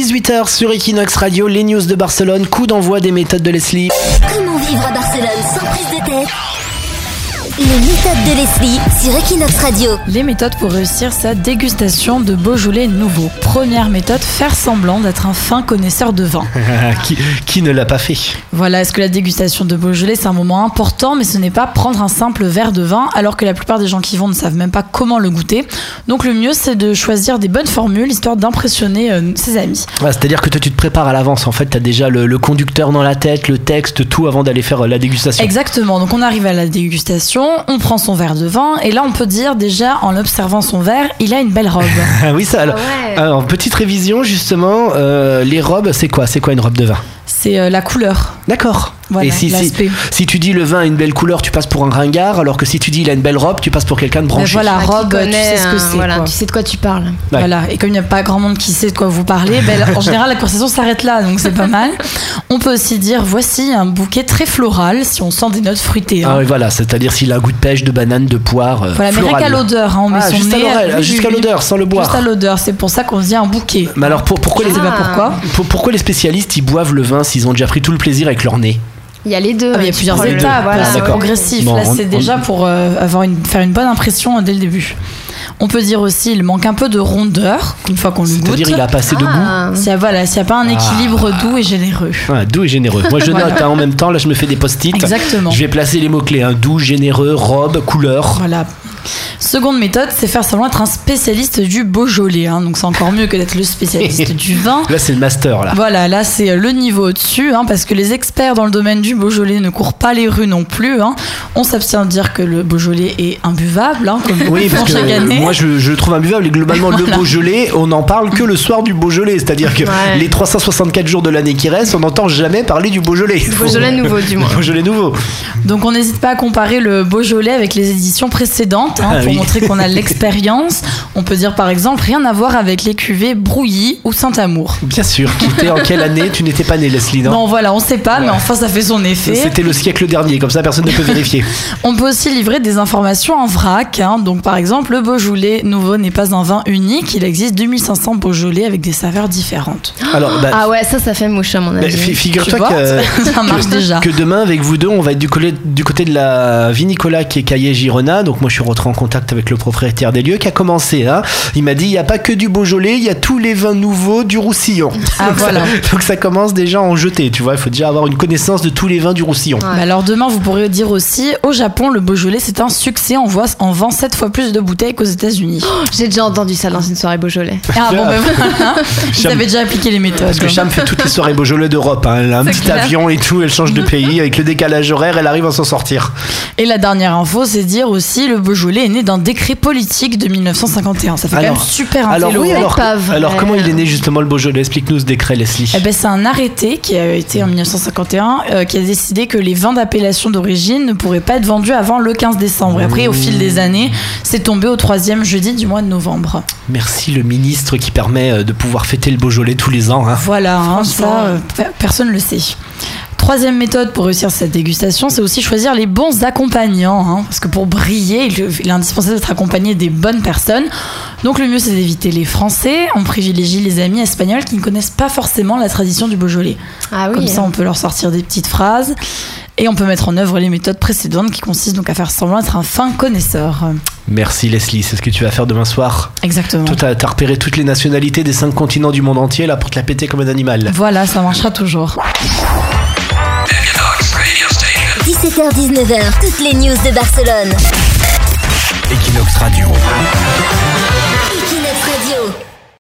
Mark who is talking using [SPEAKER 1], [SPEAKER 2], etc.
[SPEAKER 1] 18h sur Equinox Radio, les news de Barcelone, coup d'envoi des méthodes de Leslie.
[SPEAKER 2] Comment vivre à Barcelone sans prise de tête Les méthodes de Leslie sur Equinox Radio.
[SPEAKER 3] Les méthodes pour réussir sa dégustation de Beaujolais nouveau. Première méthode, faire semblant d'être un fin connaisseur de vin.
[SPEAKER 1] qui, qui ne l'a pas fait
[SPEAKER 3] Voilà, est-ce que la dégustation de Beaujolais, c'est un moment important, mais ce n'est pas prendre un simple verre de vin, alors que la plupart des gens qui vont ne savent même pas comment le goûter. Donc le mieux, c'est de choisir des bonnes formules, histoire d'impressionner euh, ses amis.
[SPEAKER 1] Ouais, C'est-à-dire que toi, tu te prépares à l'avance. En fait, tu as déjà le, le conducteur dans la tête, le texte, tout avant d'aller faire euh, la dégustation.
[SPEAKER 3] Exactement, donc on arrive à la dégustation, on prend son verre de vin, et là on peut dire déjà, en observant son verre, il a une belle robe.
[SPEAKER 1] Ah oui, ça. Alors, alors, petite révision, justement, euh, les robes, c'est quoi C'est quoi une robe de vin
[SPEAKER 3] C'est euh, la couleur.
[SPEAKER 1] D'accord.
[SPEAKER 3] Voilà,
[SPEAKER 1] Et si, si,
[SPEAKER 3] l'aspect.
[SPEAKER 1] si tu dis le vin a une belle couleur, tu passes pour un ringard, alors que si tu dis il a une belle robe, tu passes pour quelqu'un de
[SPEAKER 3] Ben
[SPEAKER 1] branché.
[SPEAKER 3] voilà,
[SPEAKER 4] Ah, qui
[SPEAKER 3] robe, tu
[SPEAKER 4] connaît,
[SPEAKER 3] sais ce que
[SPEAKER 4] hein,
[SPEAKER 3] c'est.
[SPEAKER 4] Voilà,
[SPEAKER 3] quoi.
[SPEAKER 4] tu sais de quoi tu parles.
[SPEAKER 1] Ouais.
[SPEAKER 3] Voilà, et comme il n'y a pas grand monde qui sait de quoi vous parlez, ben, en général la conversation s'arrête là, donc c'est pas mal. On peut aussi dire voici un bouquet très floral si on sent des notes fruitées. hein.
[SPEAKER 1] Ah oui, voilà, c'est-à-dire s'il a un goût de pêche, de banane, de poire. euh,
[SPEAKER 3] Voilà, mais rien
[SPEAKER 1] floral.
[SPEAKER 3] qu'à l'odeur, hein, on met
[SPEAKER 1] Ah,
[SPEAKER 3] son
[SPEAKER 1] juste à
[SPEAKER 3] nez-
[SPEAKER 1] l'oreille,
[SPEAKER 3] oui, oui,
[SPEAKER 1] jusqu'à
[SPEAKER 3] oui.
[SPEAKER 1] l'odeur, sans le boire.
[SPEAKER 3] Juste à l'odeur, c'est pour ça qu'on dit un bouquet.
[SPEAKER 1] Mais alors pour- pourquoi,
[SPEAKER 3] Je
[SPEAKER 1] les,
[SPEAKER 3] sais pas
[SPEAKER 4] Ah.
[SPEAKER 3] pourquoi.
[SPEAKER 1] pour- pourquoi les spécialistes ils boivent le vin s'ils ont déjà pris tout le plaisir avec leur nez
[SPEAKER 4] Il y a Ah, les deux. euh,
[SPEAKER 3] Ah, mais il y a
[SPEAKER 4] tu
[SPEAKER 3] plusieurs
[SPEAKER 4] prends le-
[SPEAKER 3] étapes,
[SPEAKER 1] voilà,
[SPEAKER 3] là, c'est
[SPEAKER 1] Ah, d'accord.
[SPEAKER 3] progressif.
[SPEAKER 1] Bon,
[SPEAKER 3] là,
[SPEAKER 1] on-
[SPEAKER 3] c'est
[SPEAKER 1] on-
[SPEAKER 3] déjà pour euh, avoir une, faire une bonne impression euh, dès le début. On peut dire aussi, il manque un peu de rondeur une fois qu'on le goûte.
[SPEAKER 1] C'est-à-dire il a pas assez de goût
[SPEAKER 4] Ah.
[SPEAKER 3] S'il y a- voilà, s'il n'y a pas un
[SPEAKER 1] Ah.
[SPEAKER 3] équilibre doux et généreux.
[SPEAKER 1] Ouais, doux et généreux. Moi, je note hein, en même temps. Là, je me fais des post-it.
[SPEAKER 3] Exactement.
[SPEAKER 1] Je vais placer les mots-clés. hein. Doux, généreux, robe, couleur.
[SPEAKER 3] Voilà. Seconde méthode, c'est faire semblant être un spécialiste du Beaujolais. hein. Donc c'est encore mieux que d'être le spécialiste du vin.
[SPEAKER 1] Là, c'est le master. Là.
[SPEAKER 3] Voilà, là c'est euh, le niveau au-dessus, hein, parce que les experts dans le domaine du Beaujolais ne courent pas les rues non plus. hein. On s'abstient de dire que le Beaujolais est imbuvable, hein, comme
[SPEAKER 1] Oui, parce que euh,
[SPEAKER 3] chaque année.
[SPEAKER 1] moi je, je le trouve imbuvable et globalement le
[SPEAKER 3] Voilà.
[SPEAKER 1] Beaujolais, on n'en parle que le soir du Beaujolais, c'est-à-dire que
[SPEAKER 4] Ouais.
[SPEAKER 1] les 364 jours de l'année qui restent, on n'entend jamais parler du Beaujolais.
[SPEAKER 4] Beaujolais nouveau, du moins.
[SPEAKER 1] Beaujolais nouveau.
[SPEAKER 3] Donc on n'hésite pas à comparer le Beaujolais avec les éditions précédentes hein,
[SPEAKER 1] Ah
[SPEAKER 3] pour
[SPEAKER 1] oui.
[SPEAKER 3] montrer qu'on a de l'expérience. On peut dire par exemple rien à voir avec les cuvées Brouilly ou Saint-Amour.
[SPEAKER 1] Bien sûr. Qui était en quelle année Tu n'étais pas né, Leslie, non
[SPEAKER 3] Bon voilà, on sait pas, mais enfin ça fait son effet.
[SPEAKER 1] C'était le siècle dernier, comme ça personne ne peut vérifier.
[SPEAKER 3] On peut aussi livrer des informations en vrac. hein. Donc, par exemple, le Beaujolais nouveau n'est pas un vin unique. Il existe 2500 Beaujolais avec des saveurs différentes.
[SPEAKER 1] Alors, bah,
[SPEAKER 4] Ah ouais, ça, ça fait mouche à mon
[SPEAKER 1] bah,
[SPEAKER 4] avis.
[SPEAKER 1] fi-
[SPEAKER 3] Tu
[SPEAKER 1] figure-toi
[SPEAKER 3] vois,
[SPEAKER 1] que.
[SPEAKER 3] ça marche déjà.
[SPEAKER 1] que demain, avec vous deux, on va être du, collé- du côté de la vinicola qui est Caillé Girona. Donc, moi, je suis rentré en contact avec le propriétaire des lieux qui a commencé. Hein. Il m'a dit il n'y a pas que du Beaujolais, il y a tous les vins nouveaux du Roussillon.
[SPEAKER 3] Ah,
[SPEAKER 1] donc,
[SPEAKER 3] voilà.
[SPEAKER 1] ça, donc, ça commence déjà à en jeter. Tu vois, il faut déjà avoir une connaissance de tous les vins du Roussillon.
[SPEAKER 4] Ouais.
[SPEAKER 3] Bah alors demain, vous pourrez dire aussi, au Japon, le Beaujolais, c'est un succès. On, voit, on vend 7 fois plus de bouteilles qu'aux États-Unis.
[SPEAKER 4] J'ai déjà entendu ça dans une soirée Beaujolais.
[SPEAKER 3] Ah bon, ben voilà. Ils
[SPEAKER 1] Cham-
[SPEAKER 3] avaient déjà appliqué les méthodes.
[SPEAKER 1] Parce que Cham fait toutes les soirées Beaujolais d'Europe. hein. Elle a un
[SPEAKER 3] C'est
[SPEAKER 1] petit
[SPEAKER 3] clair.
[SPEAKER 1] avion et tout, elle change de pays. Avec le décalage horaire, elle arrive à s'en sortir.
[SPEAKER 3] Et la dernière info, c'est dire aussi, le Beaujolais est né d'un décret politique de 1951. Ça fait quand
[SPEAKER 1] Alors-
[SPEAKER 3] même super
[SPEAKER 1] Alors,
[SPEAKER 3] intello.
[SPEAKER 1] oui,
[SPEAKER 4] C'est
[SPEAKER 1] alors,
[SPEAKER 4] pas vrai.
[SPEAKER 1] alors, comment il est né justement le Beaujolais Explique-nous ce décret, Leslie.
[SPEAKER 3] Eh ben, c'est un arrêté qui a été en 1951 euh, qui a décidé que les vins d'appellation d'origine ne pourraient pas être vendus avant le 15 décembre. Et après, au fil des années, c'est tombé au troisième jeudi du mois de novembre.
[SPEAKER 1] Merci le ministre qui permet euh, de pouvoir fêter le Beaujolais tous les ans. hein.
[SPEAKER 3] Voilà, hein,
[SPEAKER 4] Franchement.
[SPEAKER 3] ça, euh, pe- personne ne le sait. Troisième méthode pour réussir cette dégustation, c'est aussi choisir les bons accompagnants. hein, parce que pour briller, il il est indispensable d'être accompagné des bonnes personnes. Donc le mieux, c'est d'éviter les Français. On privilégie les amis espagnols qui ne connaissent pas forcément la tradition du Beaujolais.
[SPEAKER 4] Ah oui.
[SPEAKER 3] Comme ça, on peut leur sortir des petites phrases. Et on peut mettre en œuvre les méthodes précédentes qui consistent donc à faire semblant d'être un fin connaisseur.
[SPEAKER 1] Merci Leslie, c'est ce que tu vas faire demain soir.
[SPEAKER 3] Exactement.
[SPEAKER 1] Toi, t'as t'as repéré toutes les nationalités des cinq continents du monde entier là pour te la péter comme un animal.
[SPEAKER 3] Voilà, ça marchera toujours.
[SPEAKER 2] 17h-19h, toutes les news de Barcelone.
[SPEAKER 5] Equinox Radio.